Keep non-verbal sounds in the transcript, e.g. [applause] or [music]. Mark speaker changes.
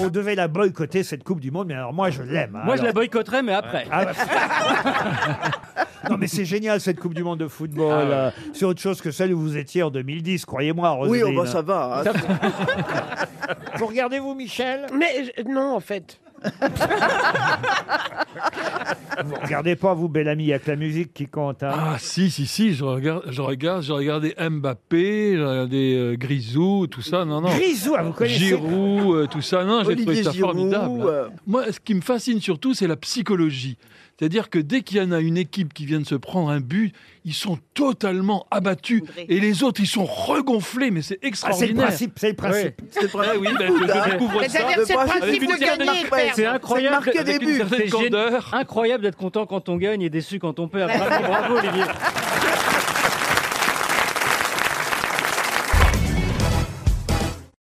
Speaker 1: on devait la boycotter, cette Coupe du Monde, mais alors moi, je l'aime. hein,
Speaker 2: Moi, je la
Speaker 1: alors.
Speaker 2: boycotterais, mais après.
Speaker 1: Ah, bah. Non mais c'est génial cette Coupe du Monde de football. euh, C'est autre chose que celle où vous étiez en 2010, croyez-moi.
Speaker 3: Oui, oh,
Speaker 1: Roselyne.
Speaker 3: bah, ça va. hein.
Speaker 1: Vous regardez-vous Michel
Speaker 4: Mais je- non, en fait.
Speaker 1: Vous regardez pas vous Bellamy, il y a que la musique qui compte. hein.
Speaker 5: Ah si, si, si, je regarde, je regarde, j'ai regardé Mbappé, j'ai regardé euh, Grisou, tout ça, non, non.
Speaker 1: Grisou, ah, vous connaissez
Speaker 5: Giroud, euh, tout ça, non, j'ai trouvé
Speaker 3: Olivier
Speaker 5: ça
Speaker 3: Giroud,
Speaker 5: formidable.
Speaker 3: euh,
Speaker 5: Moi, ce qui me fascine surtout, c'est la psychologie. C'est-à-dire que dès qu'il y en a une équipe qui vient de se prendre un but, ils sont totalement abattus. Et les autres, ils sont regonflés, mais c'est
Speaker 1: Ah, c'est le
Speaker 5: extraordinaire.
Speaker 1: principe, c'est le principe.
Speaker 3: c'est pas
Speaker 5: Eh oui, ben, je, je découvre ça
Speaker 4: C'est-à-dire que c'est le
Speaker 3: Avec
Speaker 4: principe
Speaker 5: une
Speaker 4: de
Speaker 5: certaine
Speaker 4: gagner et de
Speaker 3: presse.
Speaker 4: perdre.
Speaker 2: C'est incroyable.
Speaker 3: marquer
Speaker 2: avec
Speaker 3: des
Speaker 2: une
Speaker 3: buts.
Speaker 2: certaine
Speaker 5: C'est gén-
Speaker 4: [laughs]
Speaker 2: candeur. Incroyable d'être content quand on gagne et déçu quand on perd. Bravo, bravo, Olivier.